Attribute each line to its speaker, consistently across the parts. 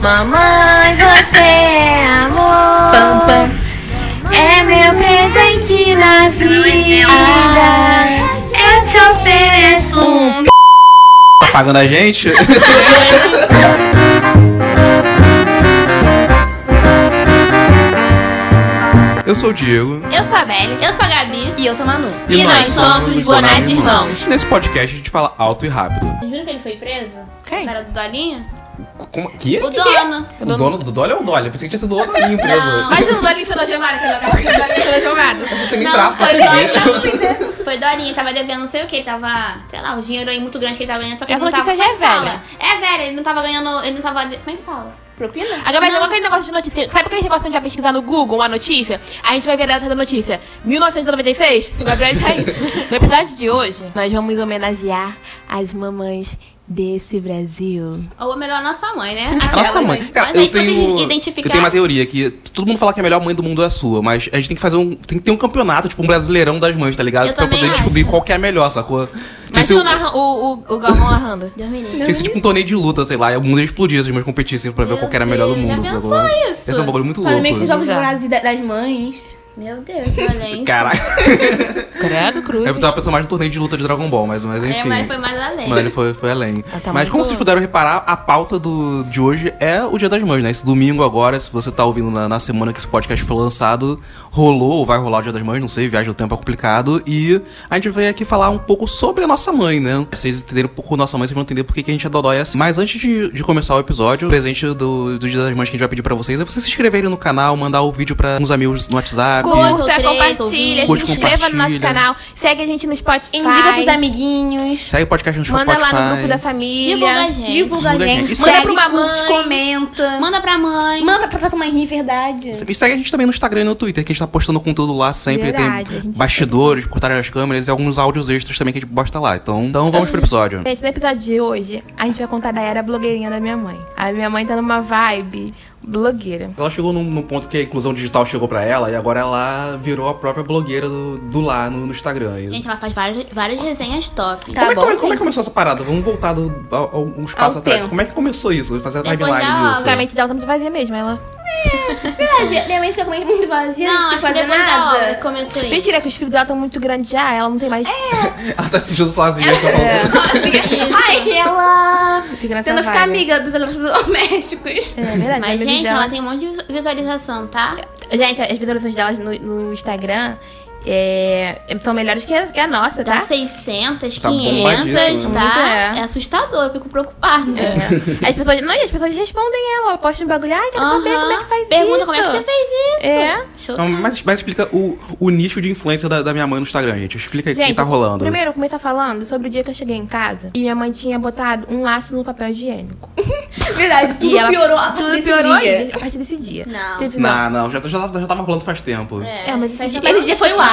Speaker 1: Mamãe, você é amor.
Speaker 2: Pam, pam. é
Speaker 1: É meu presente na vida. Eu te ofereço um.
Speaker 3: Tá pagando a gente? Eu sou o Diego.
Speaker 2: Eu sou a Belle. Eu sou a Gabi. E eu sou a Manu.
Speaker 3: E nós somos
Speaker 2: os
Speaker 3: Boná de Nesse podcast a gente fala alto e rápido.
Speaker 2: Vocês viram que ele foi preso?
Speaker 4: Quem?
Speaker 2: Era do Dolinho?
Speaker 3: Como? Que?
Speaker 2: O dono.
Speaker 3: O dono do Dolly é o Dolly. Eu pensei que tinha sido outro ali
Speaker 2: Não.
Speaker 3: preso.
Speaker 4: Mas o Dolinho foi na gemada, que é o Dolinho foi na gemada.
Speaker 3: Não tem nem
Speaker 2: Não,
Speaker 3: braço pra
Speaker 2: foi
Speaker 3: atender.
Speaker 2: Dolinho. Foi Dolinho, tava devendo não sei o que, ele tava, sei lá, um dinheiro aí muito grande que ele tava ganhando, só que
Speaker 4: E
Speaker 2: ele não
Speaker 4: a
Speaker 2: tava.
Speaker 4: notícia já é
Speaker 2: como que
Speaker 4: velha.
Speaker 2: fala? É velha, ele não tava ganhando, ele não tava. Como é que fala? Propina?
Speaker 4: Agora vai ter
Speaker 2: Não.
Speaker 4: aquele um negócio de notícia. Sabe aquele negócio que a gente vai pesquisar no Google uma notícia? A gente vai ver a data da notícia. 1996? O Gabriel já é isso. No episódio de hoje, nós vamos homenagear as mamães desse Brasil.
Speaker 2: Ou é melhor, a nossa mãe, né?
Speaker 3: Nossa
Speaker 2: Aquelas-
Speaker 3: mãe, cara,
Speaker 2: Mas
Speaker 3: eu
Speaker 2: aí se vocês
Speaker 3: tenho,
Speaker 2: identificar-
Speaker 3: eu tenho uma teoria que todo mundo fala que a melhor mãe do mundo é a sua, mas a gente tem que fazer um, tem que ter um campeonato, tipo um brasileirão das mães, tá ligado?
Speaker 2: Eu
Speaker 3: pra
Speaker 2: também
Speaker 3: poder descobrir
Speaker 2: acho.
Speaker 3: qual que é a melhor, sacou? Tem que
Speaker 4: Mas
Speaker 3: ser,
Speaker 4: o, narra- o, o, o Galvão narrando.
Speaker 2: Deus me livre.
Speaker 3: tem que ser tipo um torneio de luta, sei lá, e o mundo ia explodir se as mães competissem pra ver
Speaker 2: Meu
Speaker 3: qual que era a melhor do
Speaker 2: Deus,
Speaker 3: mundo,
Speaker 2: já
Speaker 3: sacou?
Speaker 2: pensou isso?
Speaker 3: Esse é um bagulho muito
Speaker 5: Para meio que os
Speaker 3: louco.
Speaker 5: jogos
Speaker 4: Já.
Speaker 5: dourados de- das mães.
Speaker 2: Meu Deus, que violência.
Speaker 3: Caraca,
Speaker 4: Credo, cruz.
Speaker 3: eu tava pensando mais no torneio de luta de Dragon Ball, mas, mas
Speaker 2: Aí
Speaker 3: enfim.
Speaker 2: a mulher foi mais
Speaker 4: É.
Speaker 2: além.
Speaker 3: Mano, ele foi, foi além.
Speaker 4: Ah, tá
Speaker 3: Mas
Speaker 4: muito-
Speaker 3: como vocês puderam reparar, a pauta do, de hoje é o Dia das Mães, né? Esse domingo agora, se você tá ouvindo na, na semana que esse podcast foi lançado, rolou ou vai rolar o Dia das Mães, não sei, viagem do tempo é complicado. E a gente veio aqui falar um pouco sobre a nossa mãe, né? Pra Vocês entenderem um pouco nossa mãe, vocês vão entender por que que a gente é dodói assim. Mas antes de, de começar o episódio, o presente do, do Dia das Mães que a gente vai pedir pra vocês é vocês se inscreverem no canal, mandar o vídeo pra uns amigos no WhatsApp.
Speaker 4: Curta,
Speaker 2: Três,
Speaker 4: compartilha,
Speaker 3: ouvintes.
Speaker 4: se inscreva no nosso
Speaker 3: Curte, compartilha.
Speaker 4: canal, segue a gente no Spotify.
Speaker 5: Indica pros amiguinhos.
Speaker 3: Segue o podcast no
Speaker 4: Manda
Speaker 3: Spotify.
Speaker 4: lá no grupo da família.
Speaker 2: Divulga a gente.
Speaker 5: Tipo, Divulga a
Speaker 3: Divulga a
Speaker 5: gente.
Speaker 3: gente.
Speaker 5: Manda
Speaker 4: Segue,
Speaker 5: pro
Speaker 4: curte,
Speaker 5: mamãe. Comenta.
Speaker 2: Manda pra mãe.
Speaker 5: Manda pra, pra sua mãe rir, verdade.
Speaker 3: E segue a gente também no Instagram e no Twitter, que a gente tá postando conteúdo lá sempre.
Speaker 4: Verdade, a
Speaker 3: tem
Speaker 4: gente
Speaker 3: bastidores, cortarem as câmeras e alguns áudios extras também que a gente posta lá. Então, então vamos pro episódio.
Speaker 4: Gente, no episódio de hoje, a gente vai contar da era blogueirinha da minha mãe. A minha mãe tá numa vibe blogueira.
Speaker 3: Ela chegou num, num ponto que a inclusão digital chegou pra ela e agora ela virou a própria blogueira do, do lá no, no Instagram. E-
Speaker 2: Gente, ela faz várias, várias resenhas top.
Speaker 5: Tá
Speaker 3: como,
Speaker 5: bom,
Speaker 3: é que, come- como é que
Speaker 5: gente.
Speaker 3: começou essa parada? Vamos voltar do, ao, ao- uns passos
Speaker 5: Ao
Speaker 3: atrás.
Speaker 5: tempo.
Speaker 3: Como é que começou isso? Fazer a
Speaker 2: Depois
Speaker 3: timeline
Speaker 2: da
Speaker 3: disso.
Speaker 4: Obviamente, dela tá muito vazia mesmo, ela...
Speaker 5: Verdade, minha mãe fica com a mente muito vazia,
Speaker 2: Não,
Speaker 5: não
Speaker 2: acho
Speaker 5: sem
Speaker 2: que
Speaker 5: fazer
Speaker 2: depois da hora
Speaker 5: nada.
Speaker 2: que começou isso.
Speaker 4: Mentira, que os filhos dela estão muito grandes já, ela não tem mais...
Speaker 3: Ela tá se sentindo sozinha. tá falando assim.
Speaker 5: Aí ela
Speaker 4: De graça
Speaker 5: tenta
Speaker 4: ela
Speaker 5: ficar
Speaker 4: vai.
Speaker 5: amiga dos eletrodomésticos.
Speaker 4: É verdade,
Speaker 2: Mas,
Speaker 4: a
Speaker 2: gente,
Speaker 4: dela...
Speaker 2: ela tem um monte de visu- visualização, tá?
Speaker 4: Gente, as visualizações delas no, no Instagram é, são melhores que a, que a nossa,
Speaker 2: Dá
Speaker 4: tá?
Speaker 2: 600,
Speaker 3: Tá
Speaker 2: 500,
Speaker 3: bombadíssimo.
Speaker 2: tá?
Speaker 4: Muito é.
Speaker 2: É. assustador, eu fico preocupada.
Speaker 4: É. As pessoas... Não, e as pessoas respondem ela, ela posta um bagulho, ai, quero saber
Speaker 2: Aham.
Speaker 4: como é que faz
Speaker 2: Pergunta
Speaker 4: isso.
Speaker 2: como é que você fez isso.
Speaker 4: É.
Speaker 3: Então,
Speaker 2: Chocada.
Speaker 3: mas, mas explica o, o nicho de influência da, da minha mãe no Instagram, gente. Explica aí o que
Speaker 4: Gente,
Speaker 3: tá rolando.
Speaker 4: primeiro eu começar falando sobre o dia que eu cheguei em casa e minha mãe tinha botado um laço no papel higiênico.
Speaker 5: Verdade, tudo
Speaker 4: e ela,
Speaker 5: piorou a partir
Speaker 4: tudo
Speaker 5: desse
Speaker 4: piorou
Speaker 5: dia.
Speaker 4: ainda, a partir desse dia.
Speaker 2: Não.
Speaker 4: Teve uma-
Speaker 3: Não, não, já, já, já tava rolando faz tempo.
Speaker 4: É, mas
Speaker 2: isso
Speaker 4: esse
Speaker 2: aí
Speaker 4: dia-
Speaker 2: já
Speaker 5: Esse dia foi o ápice.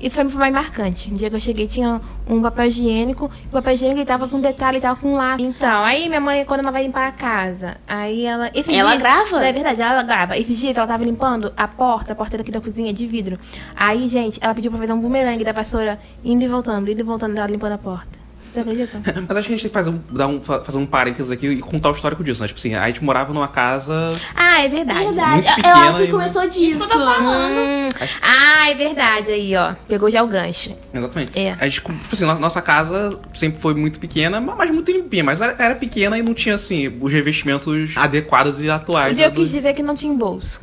Speaker 4: Isso foi foi mais marcante. No dia que eu cheguei tinha um papel higiênico, e o papel higiênico ele tava com detalhe, ele tava com laço. Então, aí minha mãe, quando ela vai limpar a casa, aí ela. esses
Speaker 2: Ela
Speaker 4: dias-
Speaker 2: grava?
Speaker 4: É verdade, ela grava. Esses dias ela tava limpando a porta, a porta daqui da cozinha é de vidro. Aí, gente, ela pediu pra fazer um bumerangue da vassoura indo e voltando, indo e voltando, ela limpando a porta. Você acredita?
Speaker 3: Mas acho que a gente tem que fazer um, dar um, fa- fazer um parênteses aqui e contar o histórico disso, né? Tipo assim, a gente morava numa casa.
Speaker 4: Ah, é verdade.
Speaker 3: Muito
Speaker 5: Tá, Eu-
Speaker 3: pequena
Speaker 5: eu acho
Speaker 3: e-
Speaker 5: que começou disso.
Speaker 4: Hum, ah, é verdade aí, ó. Pegou já o gancho.
Speaker 3: Exatamente.
Speaker 4: É.
Speaker 3: A gente, tipo assim, nossa, nossa casa sempre foi muito pequena, ma- mas muito limpinha. Mas era, era pequena e não tinha, assim, os revestimentos adequados e
Speaker 4: O
Speaker 3: atuais.
Speaker 5: é
Speaker 4: dia eu
Speaker 3: né,
Speaker 4: quis
Speaker 3: do-
Speaker 4: dizer que não tinha bolso.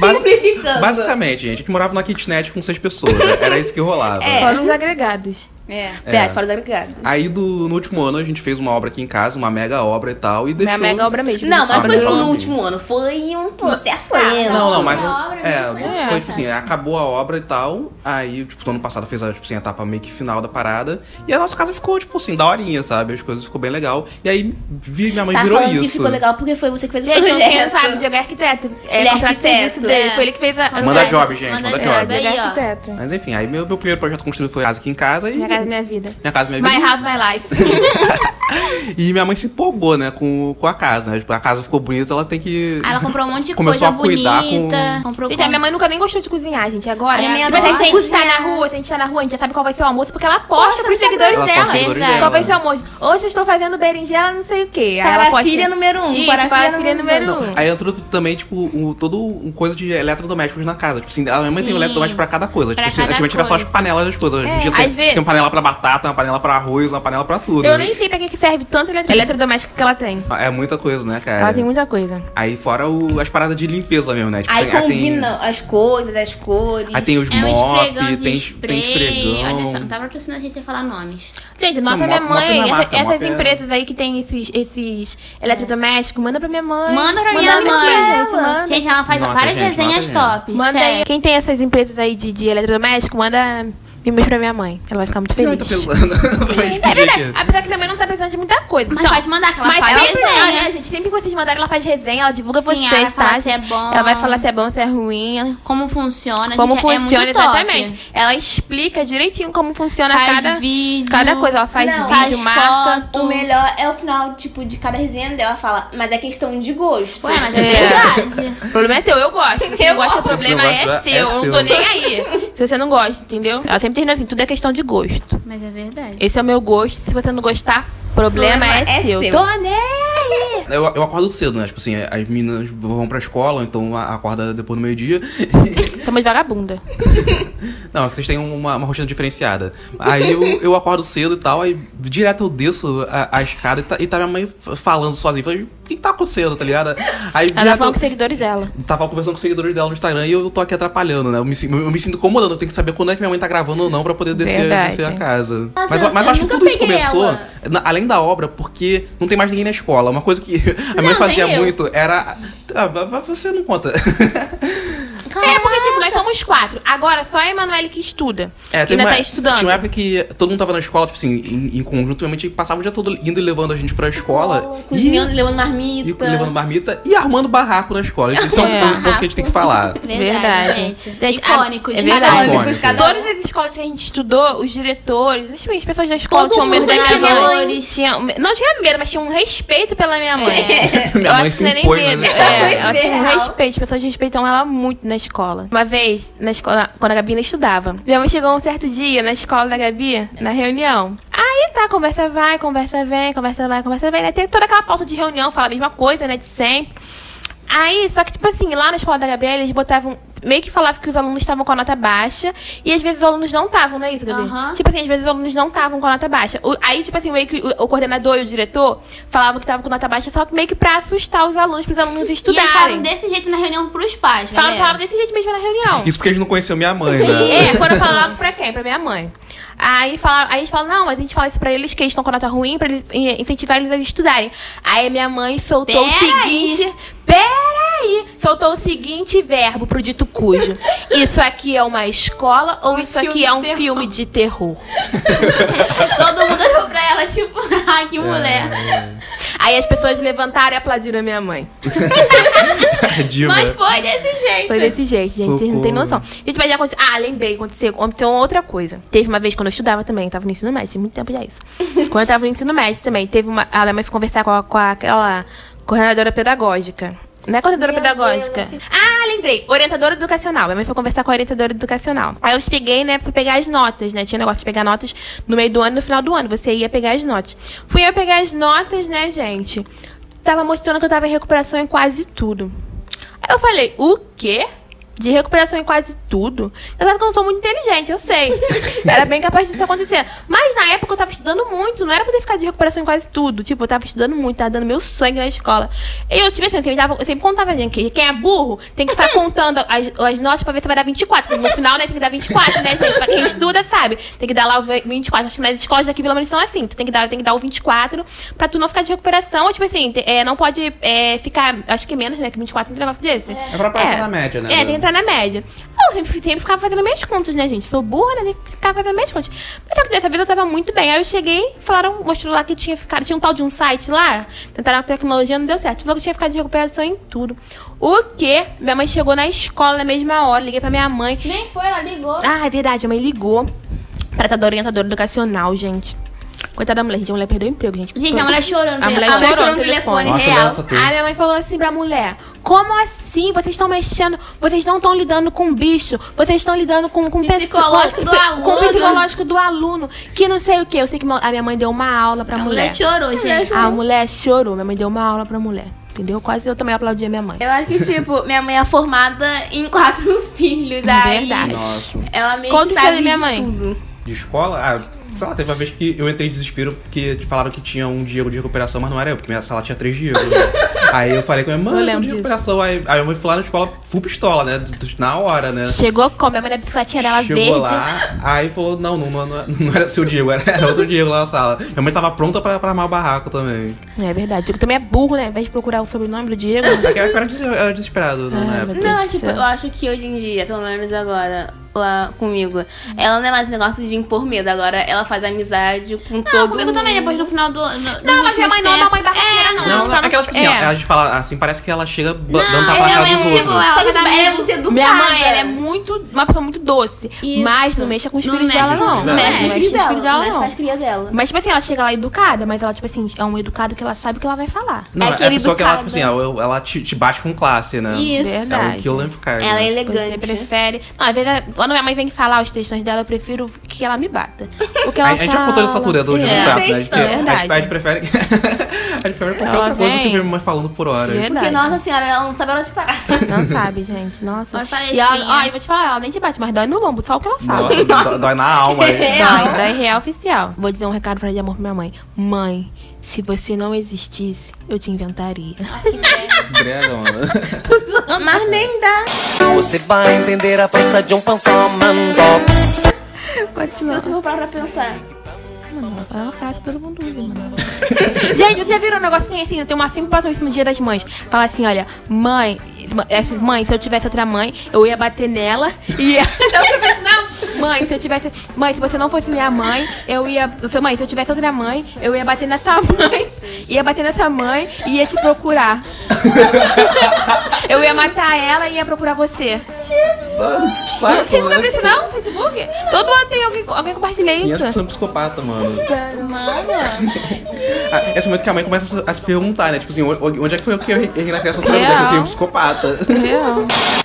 Speaker 3: basi-
Speaker 5: Simplificando.
Speaker 3: Basicamente, gente, a gente morava numa kitnet com seis pessoas. né? Era isso que rolava.
Speaker 5: É.
Speaker 4: Foram os agregados.
Speaker 2: É.
Speaker 3: É.
Speaker 5: Verdade, fora do agregado.
Speaker 3: Aí do, no último ano a gente fez uma obra aqui em casa, uma mega obra e tal, e deixou.
Speaker 4: Minha mega obra mesmo. Ah,
Speaker 5: Não, mas
Speaker 3: Obra
Speaker 5: foi
Speaker 3: de
Speaker 5: tipo no
Speaker 3: homem.
Speaker 5: último ano. Foi um processo.
Speaker 3: Não, não, mas.
Speaker 2: Uma obra,
Speaker 3: é,
Speaker 2: mas
Speaker 4: foi-
Speaker 3: foi tipo assim, acabou a obra e tal. Aí, tipo, no ano passado fez a, tipo, assim, a etapa meio que final da parada. E a nossa casa ficou, tipo assim, daorinha, sabe? As coisas ficou bem legal. E aí vi, minha mãe
Speaker 5: Tá
Speaker 3: virou
Speaker 5: falando
Speaker 3: isso.
Speaker 5: que ficou legal porque foi você que fez o
Speaker 4: Gente, eu não sei,
Speaker 5: projeto.
Speaker 4: sabe, o Diego é arquiteto. É,
Speaker 5: Ele é
Speaker 4: contrato de serviço
Speaker 5: arquiteto.
Speaker 4: dele.
Speaker 2: É.
Speaker 4: Foi ele que fez a...
Speaker 3: Manda
Speaker 4: a
Speaker 3: job, gente, manda
Speaker 4: É,
Speaker 3: job.
Speaker 4: o Diego é
Speaker 2: Aí, ó.
Speaker 4: arquiteto.
Speaker 3: Mas enfim, aí meu, meu primeiro projeto construído foi a casa e.
Speaker 4: Minha casa, minha vida.
Speaker 3: Minha casa, minha
Speaker 4: My
Speaker 3: vida.
Speaker 4: house, my life.
Speaker 3: E minha mãe se empolgou, né, com, com a casa, né? Tipo, a casa ficou bonita, ela tem que.
Speaker 2: Aí ela comprou um monte de
Speaker 3: Começou
Speaker 2: coisa
Speaker 3: a cuidar com-
Speaker 2: bonita. Comprou
Speaker 4: Gente, a minha mãe nunca nem gostou de cozinhar, gente. Agora,
Speaker 2: Ai, a minha
Speaker 4: tipo, se a gente
Speaker 2: adora
Speaker 4: tem que tá na
Speaker 2: cozinhar.
Speaker 4: rua, se a gente tá na rua, a gente já sabe qual vai ser o almoço, porque ela posta
Speaker 2: Posta
Speaker 4: pros
Speaker 2: no
Speaker 4: seguidores
Speaker 3: ela
Speaker 2: Instagram. dela,
Speaker 3: com os seguidores
Speaker 2: verdade.
Speaker 4: Qual vai
Speaker 3: né?
Speaker 4: ser o almoço? Hoje eu estou fazendo berinjela, não sei o quê. Aí ela posta-
Speaker 5: Parafilha número um.
Speaker 4: Isso,
Speaker 5: Parafilha
Speaker 4: parafilha
Speaker 5: número
Speaker 4: número
Speaker 5: um.
Speaker 4: um.
Speaker 3: Aí entrou também, tipo, um, todo um coisa de eletrodomésticos na casa. Tipo assim, a minha mãe tem
Speaker 2: Sim.
Speaker 3: eletrodoméstico pra cada coisa.
Speaker 2: Pra
Speaker 3: tipo,
Speaker 2: cada
Speaker 3: antigamente era só as
Speaker 2: coisa.
Speaker 3: panelas das coisas. Hoje em dia
Speaker 2: às
Speaker 3: tem,
Speaker 2: vezes-
Speaker 3: tem uma panela pra batata, uma panela pra arroz, uma panela pra tudo.
Speaker 4: Eu nem sei pra que que serve tanto eletro- eletrodoméstico que ela tem.
Speaker 3: É muita coisa, né, cara?
Speaker 4: Ela tem um- muita coisa.
Speaker 3: Aí fora o- as paradas de limpeza mesmo, né? Tipo,
Speaker 5: Aí
Speaker 3: tem- aí tem-
Speaker 5: combina as coisas, as cores.
Speaker 3: Aí tem os
Speaker 2: É um
Speaker 3: mop,
Speaker 2: esfregão de
Speaker 3: tem,
Speaker 2: spray.
Speaker 3: tem esfregão.
Speaker 2: Olha só, não tá patrocinando a gente a falar nomes.
Speaker 4: Gente, nota
Speaker 3: Não,
Speaker 4: minha
Speaker 3: mop- mop
Speaker 4: mãe.
Speaker 3: não é
Speaker 4: essa-
Speaker 3: marca,
Speaker 4: essas
Speaker 3: mop é-
Speaker 4: empresas aí que tem esses, esses eletrodomésticos, manda pra minha mãe.
Speaker 2: Manda pra minha
Speaker 4: pra
Speaker 2: mãe.
Speaker 4: ela, gente, manda.
Speaker 2: Gente, ela faz
Speaker 3: Nota,
Speaker 2: várias
Speaker 3: gente,
Speaker 2: resenhas
Speaker 3: nota, gente.
Speaker 2: top.
Speaker 4: Manda aí.
Speaker 2: sério.
Speaker 4: Quem tem essas empresas aí de, de eletrodoméstico, manda e-mail pra minha mãe. Ela vai ficar muito
Speaker 3: Eu
Speaker 4: feliz.
Speaker 3: tô pensando. eu vou
Speaker 4: É
Speaker 3: expedir
Speaker 4: verdade.
Speaker 3: aqui.
Speaker 4: Apesar que minha mãe não tá precisando de muita coisa.
Speaker 2: Mas
Speaker 4: então,
Speaker 2: pode mandar, que ela
Speaker 4: mas
Speaker 2: faz
Speaker 4: sempre,
Speaker 2: resenha.
Speaker 4: é, gente, sempre que vocês mandarem, ela faz resenha, ela divulga
Speaker 2: Sim,
Speaker 4: vocês,
Speaker 2: ela vai
Speaker 4: tá?
Speaker 2: falar se é
Speaker 4: gente?
Speaker 2: bom.
Speaker 4: Ela vai falar se é bom, se é ruim.
Speaker 2: Como funciona,
Speaker 4: Como
Speaker 2: gente, é
Speaker 4: funciona
Speaker 2: muito top.
Speaker 4: exatamente. Ela explica direitinho como funciona
Speaker 2: Faz
Speaker 4: cada,
Speaker 2: vídeo.
Speaker 4: cada coisa. Ela faz
Speaker 5: Não,
Speaker 4: vídeo,
Speaker 2: faz
Speaker 4: marca.
Speaker 2: foto.
Speaker 5: O melhor é o final, tipo, de cada resenha dela fala, mas é questão de gosto.
Speaker 2: Ué, mas é,
Speaker 4: É.
Speaker 2: verdade.
Speaker 4: O problema é teu, eu gosto. Se eu gosto, o problema
Speaker 3: Se você não
Speaker 4: é
Speaker 3: gosta,
Speaker 4: seu.
Speaker 3: é
Speaker 4: Eu não tô
Speaker 3: seu.
Speaker 4: nem aí. Se você não gosta, entendeu? Ela sempre termina assim, tudo é questão de gosto.
Speaker 2: Mas é verdade.
Speaker 4: Esse é o meu gosto. Se você não gostar, problema,
Speaker 5: Problema
Speaker 4: é,
Speaker 5: é
Speaker 4: seu.
Speaker 5: seu.
Speaker 4: Tô nem aí.
Speaker 3: Eu, eu acordo cedo, né? Tipo assim, as meninas vão pra escola, então a- acorda depois do meio-dia.
Speaker 4: Tamo de vagabunda.
Speaker 3: Não, é que vocês têm uma, uma rotina diferenciada. Aí eu, eu acordo cedo e tal, aí direto eu desço a, a escada e tá, e tá minha mãe f- falando sozinha. Falei, o que, que tá acontecendo, tá ligado? Aí
Speaker 4: Ela tá
Speaker 3: direto-
Speaker 4: falando com os seguidores dela.
Speaker 3: Tava conversando com os seguidores dela no Instagram e eu tô aqui atrapalhando, né? Eu me, sin- eu me sinto incomodando, eu tenho que saber quando é que minha mãe tá gravando ou não pra poder descer,
Speaker 4: Verdade.
Speaker 3: descer a casa.
Speaker 2: Nossa,
Speaker 3: mas eu-
Speaker 2: eu-
Speaker 3: mas
Speaker 2: eu
Speaker 3: acho que
Speaker 2: nunca
Speaker 3: tudo isso
Speaker 2: peguei
Speaker 3: começou,
Speaker 2: ela.
Speaker 3: na- além da obra, porque não tem mais ninguém na escola. Uma coisa que a
Speaker 2: Não,
Speaker 3: mãe fazia
Speaker 2: nem eu.
Speaker 3: muito era. Ah, mas- mas você não conta.
Speaker 4: É, porque, tipo, nós somos quatro. Agora, só a Emanuele que estuda. que ainda
Speaker 3: É, uma,
Speaker 4: tá estudando.
Speaker 3: Tinha uma época que todo mundo tava na escola, tipo assim, em, em conjunto, realmente passava o dia todo indo e levando a gente pra
Speaker 4: Oh,
Speaker 3: escola.
Speaker 5: Cozinhando,
Speaker 3: e,
Speaker 5: levando
Speaker 3: e
Speaker 5: marmita.
Speaker 3: levando marmita e armando barraco na escola. Isso é um
Speaker 4: É.
Speaker 3: ponto que a gente tem que falar.
Speaker 2: Verdade,
Speaker 4: Verdade.
Speaker 2: gente.
Speaker 4: Gente,
Speaker 2: Icônicos.
Speaker 4: é- é verdade.
Speaker 2: cada um.
Speaker 3: Icônicos,
Speaker 5: cada um.
Speaker 4: Todas as escolas que a gente estudou, os diretores, enfim, as pessoas da escola
Speaker 2: Todo
Speaker 4: tinham medo
Speaker 2: mundo
Speaker 4: da
Speaker 2: tinha
Speaker 4: minha mãe.
Speaker 2: medo.
Speaker 4: Tinha, não tinha medo, mas tinha um respeito pela minha mãe.
Speaker 3: Minha
Speaker 4: eu
Speaker 3: mãe
Speaker 4: acho
Speaker 3: se
Speaker 4: que não é nem
Speaker 3: impôs né?
Speaker 4: medo.
Speaker 3: nas
Speaker 4: É,
Speaker 3: escolas.
Speaker 4: ela tinha um
Speaker 5: Real.
Speaker 4: respeito, as pessoas respeitam ela muito na escola. Uma vez, na escola, quando a Gabi ainda estudava, minha mãe chegou um certo dia na escola da Gabi, na reunião. Aí tá, conversa vai, conversa vem, conversa vai, conversa vem, né? Tem toda aquela pauta de reunião, fala a mesma coisa, né? De sempre. Aí, só que, tipo assim, lá na escola da Gabriela, eles botavam. Meio que falavam que os alunos estavam com a nota baixa. E às vezes os alunos não estavam, não é isso, Gabi?
Speaker 2: Aham.
Speaker 4: Tipo assim, às vezes os alunos não estavam com a nota baixa. O- aí, tipo assim, meio que o, o coordenador e o diretor falavam que estavam com nota baixa, só que meio que pra assustar os alunos, pros alunos
Speaker 2: E eles falam
Speaker 4: estudarem.
Speaker 2: desse jeito na reunião pros pais,
Speaker 4: Falavam
Speaker 2: galera.
Speaker 4: falavam desse jeito mesmo na reunião.
Speaker 3: Isso porque a gente não conheceu minha mãe, né?
Speaker 4: É, foram falar logo pra quem? Pra minha mãe. Aí, fala, aí eles falam, não, mas a gente fala isso pra eles que eles estão com nota ruim, pra eles, eh, incentivar eles a estudarem. Aí minha mãe soltou o
Speaker 2: Pera
Speaker 4: seguinte. Peraí! Soltou o seguinte verbo pro dito cujo. Isso aqui é uma escola ou isso aqui é um filme de terror?
Speaker 2: Todo mundo olhou pra ela, tipo, ah,
Speaker 3: É.
Speaker 2: que mulher.
Speaker 3: Tipo,
Speaker 4: Aí as pessoas levantaram e aplaudiram a minha mãe.
Speaker 3: É, Dilma.
Speaker 2: Mas foi desse jeito.
Speaker 4: Foi desse jeito, gente. Vocês não têm
Speaker 3: Socorro.
Speaker 4: noção. Gente, mas já aconteceu. Ah, lembrei, aconteceu, aconteceu outra coisa. Teve uma vez quando eu estudava também, eu tava no ensino médio, tem muito tempo já isso. quando eu tava no ensino médio também, teve uma. A minha mãe foi conversar com, a- com aquela coordenadora pedagógica. Não é coordenadora pedagógica. Ah, lembrei. Orientadora educacional. Minha mãe foi conversar com a orientadora educacional. Aí eu peguei, né? Fui pegar as notas, né? Tinha negócio de pegar notas no meio do ano e no final do ano. Você ia pegar as notas. Fui eu pegar as notas, né, gente? Tava mostrando que eu tava em recuperação em quase tudo. Aí eu falei, o quê? De recuperação em quase tudo? Eu que eu não sou muito inteligente, eu sei. Era bem capaz disso acontecer. Mas na época eu tava estudando muito, não era pra ter ficado de recuperação em quase tudo. Tipo, eu tava estudando muito, tava dando meu sangue na escola. E eu, tipo assim, eu sempre, dava, eu sempre contava, gente, que quem é burro tem que ficar contando as, as notas pra ver se vai dar 24. Porque no final, né, tem que dar 24, né, gente? Pra quem estuda, sabe? Tem que dar lá o 24. Acho que nas escolas daqui, pelo menos, são assim. Tu tem que dar, tem que dar o 24 pra tu não ficar de recuperação. Ou, tipo assim, te- é, não pode é, ficar, acho que menos, né, que 24 não tem negócio desse.
Speaker 3: É pra entrar na média, né,
Speaker 4: É, tem
Speaker 3: do-
Speaker 4: que entrar na média. Eu sempre, sempre ficava fazendo minhas contas, né, gente? Sou burra, né? Tem que ficar fazendo minhas contas. Mas só que dessa vez eu tava muito bem. Aí eu cheguei, falaram, mostrou lá que tinha ficado. Tinha um tal de um site lá, tentaram a tecnologia, não deu certo. Falou que tinha ficado de recuperação em tudo. O quê? Minha mãe chegou na escola na mesma hora, liguei pra minha mãe.
Speaker 2: Nem foi, ela ligou.
Speaker 4: Ah, é verdade, minha mãe ligou pra da orientadora educacional, gente. Coitada da mulher, gente. A mulher perdeu o emprego, gente.
Speaker 2: Gente, a mulher chorando.
Speaker 4: A mulher
Speaker 5: A mulher
Speaker 4: chorou
Speaker 5: chorou
Speaker 4: no
Speaker 5: no telefone,
Speaker 3: Nossa,
Speaker 5: real.
Speaker 3: essa teve.
Speaker 4: Aí minha mãe falou assim pra mulher: Como assim? Vocês estão mexendo, vocês não estão lidando com bicho, vocês estão lidando com, com pessoa-
Speaker 2: Psicológico do
Speaker 4: pe-
Speaker 2: aluno.
Speaker 4: Com o psicológico do aluno, que não sei o que. Eu sei que mo- a minha mãe deu uma aula pra
Speaker 2: A
Speaker 4: mulher.
Speaker 2: mulher chorou, gente.
Speaker 4: A mulher chorou, minha mãe deu uma aula pra mulher. Entendeu? Quase eu também aplaudi a minha mãe.
Speaker 5: Eu acho que, tipo, minha mãe é formada em quatro filhos. Aí
Speaker 4: É Verdade.
Speaker 3: Nossa.
Speaker 5: Ela meio
Speaker 4: Quantos
Speaker 5: que
Speaker 4: filhos
Speaker 5: sabe
Speaker 4: minha
Speaker 5: de
Speaker 4: mãe?
Speaker 5: tudo.
Speaker 3: De escola? Ah, sei lá, teve uma vez que eu entrei em desespero porque te falaram que tinha um Diego de recuperação, mas não era eu, porque minha sala tinha três Diegos. né? aí eu falei com a minha
Speaker 4: Eu
Speaker 3: mãe, eu tô
Speaker 4: lembro
Speaker 3: de
Speaker 4: disso.
Speaker 3: recuperação. Aí, aí a mãe foi lá na escola, full pistola, né? do- do- Na hora, né?
Speaker 4: Chegou como? Minha mãe na bicicletinha dela
Speaker 3: Chegou
Speaker 4: verde.
Speaker 3: lá, aí falou, não, não, não, não- não era seu Diego, era, era outro Diego lá na sala. Minha mãe tava pronta pra, pra armar o barraco também.
Speaker 4: É verdade. Diego também é burro, né? Ao invés de procurar o sobrenome do Diego.
Speaker 3: Naquela época eu era des- eu era desesperado, né? na
Speaker 4: Ai,
Speaker 3: época.
Speaker 4: meu Deus
Speaker 5: Não,
Speaker 4: do
Speaker 5: tipo,
Speaker 4: céu.
Speaker 5: eu acho que hoje em dia, pelo menos agora, lá comigo, ela não é mais um negócio de impor medo. Agora ela faz amizade com
Speaker 2: Não,
Speaker 5: todo
Speaker 2: comigo
Speaker 5: mundo.
Speaker 2: também, depois do final do. No,
Speaker 4: Não, mas minha mãe não é uma mãe barraqueira,
Speaker 2: É,
Speaker 4: não.
Speaker 2: não.
Speaker 3: Não,
Speaker 4: pra não-
Speaker 3: aquela tipo assim,
Speaker 4: é.
Speaker 3: ó, ela te fala assim, parece que ela chega ba- dando tapa
Speaker 2: ela
Speaker 3: na cara
Speaker 2: é
Speaker 3: dos
Speaker 2: um
Speaker 3: outros.
Speaker 2: tipo, ela-
Speaker 5: Só que, tipo,
Speaker 2: Ela
Speaker 5: ela é
Speaker 2: também-
Speaker 5: muito educada.
Speaker 4: Minha mãe, ela é muito. Uma pessoa muito doce.
Speaker 2: Isso.
Speaker 4: Mas não mexa com os
Speaker 2: Não
Speaker 4: filhos
Speaker 2: mexe
Speaker 4: dela,
Speaker 2: com os
Speaker 4: não.
Speaker 2: filhos dela.
Speaker 5: mexe com
Speaker 2: mexe
Speaker 4: Não
Speaker 5: os
Speaker 4: mexe
Speaker 5: filhos
Speaker 4: com os filhos
Speaker 5: dela,
Speaker 4: dela,
Speaker 5: mexe com
Speaker 4: não.
Speaker 5: as crias dela.
Speaker 4: Mas, tipo assim, ela chega lá educada, mas ela, tipo assim, é um educado que ela sabe o que ela vai falar.
Speaker 3: Não, é,
Speaker 4: aquele
Speaker 3: a pessoa que ela, tipo
Speaker 4: educado.
Speaker 3: assim, ela, ela te, te bate com classe, né? É
Speaker 2: Isso.
Speaker 3: o
Speaker 4: Verdade. Tipo,
Speaker 3: que eu lembro, cara.
Speaker 5: Ela é
Speaker 3: né?
Speaker 4: Você
Speaker 5: elegante.
Speaker 4: prefere. Não, às vezes, quando minha mãe vem falar os textões dela, eu prefiro que ela me bata. Porque ela
Speaker 3: A, a gente já
Speaker 4: fala-
Speaker 3: contou essa altura do
Speaker 4: É.
Speaker 3: Diego do Prato, né? A gente-
Speaker 5: Textão.
Speaker 3: A
Speaker 4: Verdade.
Speaker 3: gente, a gente prefere. a gente prefere qualquer
Speaker 4: Ela
Speaker 3: outra coisa do que
Speaker 4: vem. É,
Speaker 3: ver minha mãe falando por hora.
Speaker 4: Verdade.
Speaker 5: Porque, nossa senhora, ela não sabe onde parar.
Speaker 4: Não sabe, gente. Nossa.
Speaker 2: Olha pra
Speaker 4: E ela,
Speaker 2: espinha.
Speaker 4: ó, eu vou te falar, ela nem te bate, mas dói no lombo, só o que ela fala.
Speaker 3: Nossa, dó- dói na alma. né?
Speaker 4: Dói, dói é real oficial. Vou dizer um recado pra de amor pra minha mãe. Mãe, se você não existisse, eu te inventaria.
Speaker 3: Grega, mano.
Speaker 5: Mas nem dá.
Speaker 6: Você vai entender a força de um pão só mandou.
Speaker 5: Então, Se você for parar pra pensar.
Speaker 4: Mano, É uma frase que todo mundo usa, né? mano. Gente, vocês já viram um negócio que tem assim? Tem uma filme que passou isso no Dia das Mães. Fala assim, olha, mãe, ma- essa- mãe, se eu tivesse outra mãe, eu ia bater nela e ela não, mãe, se eu tivesse, mãe, se você não fosse minha mãe, eu ia, se- mãe, se eu tivesse outra mãe, eu ia bater nessa mãe, ia bater nessa mãe e ia te procurar. eu ia matar ela e ia procurar você.
Speaker 3: Saco,
Speaker 4: Você nunca viu
Speaker 3: né?
Speaker 4: isso não? no Facebook? Todo mundo tem alguém, alguém compartilha
Speaker 3: E
Speaker 4: isso.
Speaker 3: essa pessoa é psicopata, mano.
Speaker 2: Mano,
Speaker 3: Ah, Esse momento que a mãe começa a se- a se perguntar, né? Tipo assim, onde onde é que foi eu que eu errei na criação? Sabe? Onde é que eu fui um psicopata?
Speaker 4: Real.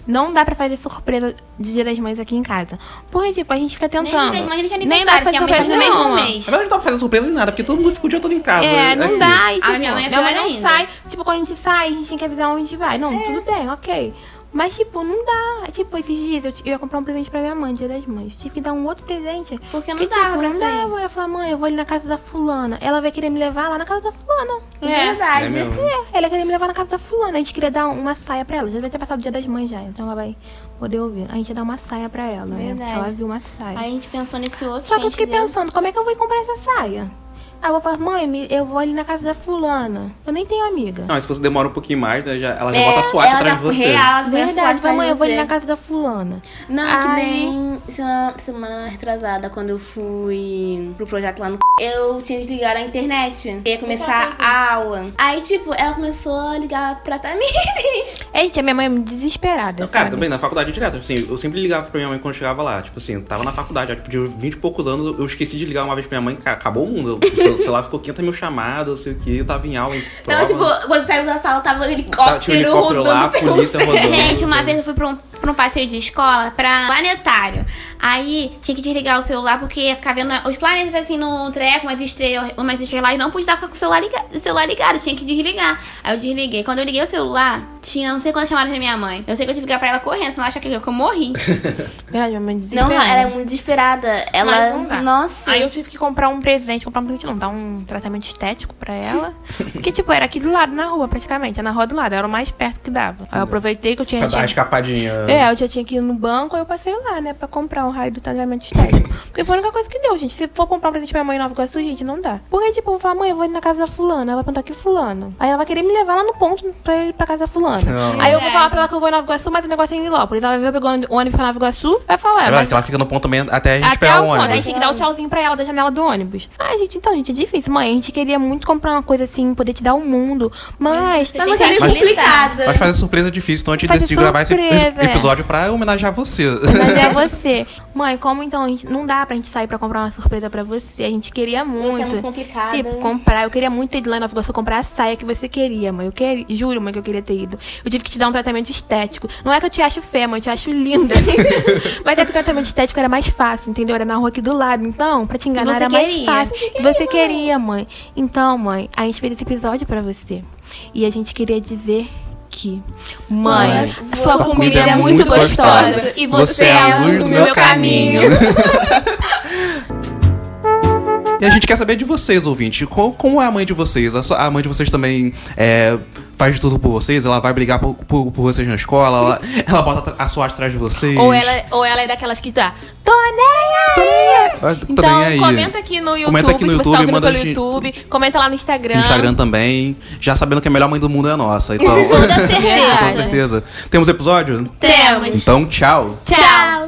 Speaker 4: Não dá pra fazer surpresa de Dia das Mães aqui em casa. Porque, tipo, a gente fica
Speaker 2: nem dia
Speaker 5: Então,
Speaker 4: tentando.
Speaker 2: das mães, nem dia de
Speaker 4: Nem dá pra
Speaker 2: aniversário, que
Speaker 4: fazer
Speaker 2: a mãe faz
Speaker 4: surpresa
Speaker 2: no mesmo
Speaker 4: nenhuma.
Speaker 2: mês.
Speaker 3: Na verdade, não tava fazendo surpresa em nada, porque todo mundo fica o dia todo em casa.
Speaker 4: É, não
Speaker 3: aqui.
Speaker 4: dá. E,
Speaker 2: Ah,
Speaker 4: tipo,
Speaker 2: minha mãe é pior
Speaker 4: não
Speaker 2: ainda. É.
Speaker 4: sai. Tipo, quando a gente sai, a gente tem que avisar onde a gente vai. Não, tudo bem, ok. Mas, tipo, não dá. Tipo, esses dias eu, t- eu ia comprar um presente pra minha mãe, Dia das Mães. Tive que dar um outro presente.
Speaker 2: Porque não
Speaker 4: Porque,
Speaker 2: dá
Speaker 4: tipo,
Speaker 2: pra
Speaker 4: não
Speaker 2: sair.
Speaker 4: dava. Eu ia falar, mãe, eu vou ali na casa da fulana. Ela vai querer me levar lá na casa da fulana.
Speaker 3: É
Speaker 5: Verdade.
Speaker 3: mesmo.
Speaker 4: É, ela queria me levar na casa da fulana. A gente queria dar uma saia pra ela. Já vai ter passado o dia das mães já. Então ela vai poder ouvir. A gente ia dar uma saia pra ela, né?
Speaker 5: Verdade.
Speaker 4: Ela viu uma saia.
Speaker 2: Aí a gente pensou nesse outro.
Speaker 4: Só que eu
Speaker 2: a gente
Speaker 4: fiquei
Speaker 2: deu.
Speaker 4: pensando, como é que eu vou comprar essa saia? Aí eu falei, mãe, me- eu vou ali na casa da fulana. Eu nem tenho amiga.
Speaker 3: Não, mas se você demora um pouquinho mais, né, já- ela já
Speaker 5: É,
Speaker 3: bota a SWAT
Speaker 5: ela
Speaker 3: atrás
Speaker 5: já-
Speaker 3: de você.
Speaker 5: Real, ela põe a
Speaker 4: Verdade,
Speaker 5: SWAT
Speaker 4: falei, mãe, eu
Speaker 5: atrás
Speaker 4: vou
Speaker 5: de
Speaker 4: ali na
Speaker 5: você.
Speaker 4: casa da fulana.
Speaker 5: Não, que
Speaker 4: Ai.
Speaker 5: nem semana, semana retrasada, quando eu fui pro projeto lá no c... eu tinha desligado a internet. Ia começar a aula. Aí, tipo, ela começou a ligar pra Tamires.
Speaker 4: Gente, a minha mãe é muito desesperada,
Speaker 3: Não,
Speaker 4: sabe?
Speaker 3: cara, também na faculdade direto, assim, eu sempre ligava pra minha mãe quando chegava lá, tipo assim, eu tava na faculdade, já, tipo, de 20 e poucos anos, eu esqueci de ligar uma vez pra minha mãe, ca- acabou o mundo, o celular ficou 500 mil chamadas, não sei o que, eu tava em aula, em prova,
Speaker 5: Não, tipo, quando saímos da sala, tava
Speaker 3: tava, tinha um
Speaker 5: helicóptero,
Speaker 3: helicóptero
Speaker 5: rodando
Speaker 3: lá, a
Speaker 5: pelo
Speaker 3: polícia
Speaker 5: céu.
Speaker 3: rodando.
Speaker 2: Gente, uma
Speaker 3: sabe?
Speaker 2: vez eu fui pra um, pra um passeio de escola pra planetário. Aí tinha que desligar o celular porque ia ficar vendo os planetas assim no treco, umas estrelas, umas estrelas lá, e não podia ficar com o celular, liga- o celular ligado, tinha que desligar. Aí eu desliguei. Quando eu liguei o celular, tinha não sei quantas chamadas da minha mãe. Eu sei que eu tive que ligar pra ela correndo, senão ela acha que eu, que eu morri.
Speaker 4: Verdade, minha mãe é
Speaker 5: Não,
Speaker 4: desesperada.
Speaker 5: ela é muito desesperada.
Speaker 4: Mas
Speaker 5: Ela.
Speaker 4: não dá.
Speaker 5: Nossa.
Speaker 4: Aí eu tive que comprar um presente, comprar um presente não, dar um tratamento estético pra ela. Porque, tipo, era aqui do lado, na rua, praticamente. Era na rua do lado, era o mais perto que dava. Aí eu aproveitei que eu tinha...
Speaker 3: Pra dar uma
Speaker 4: tinha-
Speaker 3: escapadinha.
Speaker 4: é, eu já tinha que ir no banco, aí eu passei lá, né, pra comprar um raio do tratamento estético. Porque foi a única coisa que deu, gente. Se for comprar um presente pra minha mãe em Nova Iguaçu, gente, não dá. Porque, tipo, eu vou falar, mãe, eu vou ir na casa da fulana. Ela vai perguntar que fulana. Aí ela vai querer me levar lá no ponto pra eu ir pra casa da fulana.
Speaker 3: Não.
Speaker 4: Aí eu vou falar pra ela que eu vou em Nova Iguaçu, mas o negócio é em Nilópolis. Ela vai ver eu pegando ônibus pra Nova Iguaçu, vai falar,
Speaker 3: É
Speaker 4: mas
Speaker 3: verdade, que ela fica no ponto também até a gente
Speaker 4: até
Speaker 3: pegar
Speaker 4: o
Speaker 3: o
Speaker 4: ponto. A gente
Speaker 3: ônibus.
Speaker 4: tem que dar o tchauzinho pra ela da janela do ônibus. Ah, gente, então, gente, é difícil. Mãe, a gente queria muito comprar uma coisa assim, poder te dar o mundo. Mas.
Speaker 5: Mas
Speaker 4: tem
Speaker 5: você é
Speaker 4: que
Speaker 5: meio
Speaker 4: respeitar.
Speaker 5: complicada.
Speaker 3: Mas fazer surpresa é difícil, então a gente
Speaker 4: Fazer
Speaker 3: decidiu gravar esse
Speaker 4: surpresa, é.
Speaker 3: episódio pra homenagear você.
Speaker 4: Mas é você. Mãe, como então a gente não dá pra gente sair pra comprar uma surpresa pra você? A gente queria muito.
Speaker 5: é muito complicada.
Speaker 4: Sim, comprar. Eu queria muito ter ido lá na Gosto comprar a saia que você queria, mãe. Eu queria, juro, mãe, que eu queria ter ido. Eu tive que te dar um tratamento estético. Não é que eu te acho feia, mãe, eu te acho linda. Mas é que o tratamento estético era mais fácil, entendeu? Era na rua aqui do lado. Então, pra te enganar
Speaker 2: Você
Speaker 4: era mais
Speaker 2: queria.
Speaker 4: fácil. E você queria, mãe. Então, mãe, a gente fez esse episódio pra você. E a gente queria dizer que. Mãe,
Speaker 3: Mãe,
Speaker 4: sua, comida, é muito gostosa. E você, é a luz do meu caminho.
Speaker 3: E a gente quer saber de vocês, ouvinte. Como, como é a mãe de vocês? A, sua- a mãe de vocês também é, faz de tudo por vocês? Ela vai brigar por, por- por vocês na escola? Ela, ela bota a sua atrás de vocês?
Speaker 4: Ou ela, ou ela é daquelas que tá. Tô nem aí!
Speaker 3: Ah,
Speaker 4: Então,
Speaker 3: também aí.
Speaker 4: comenta aqui no YouTube,
Speaker 3: Comenta aqui no
Speaker 4: se você
Speaker 3: YouTube,
Speaker 4: tá ouvindo
Speaker 3: manda
Speaker 4: pelo
Speaker 3: a gente-
Speaker 4: YouTube. Comenta lá no Instagram.
Speaker 3: No Instagram também. Já sabendo que a melhor mãe do mundo é a nossa. Então,
Speaker 2: Toda certeza.
Speaker 3: com certeza. Temos episódio?
Speaker 2: Temos.
Speaker 3: Então, tchau.
Speaker 2: Tchau.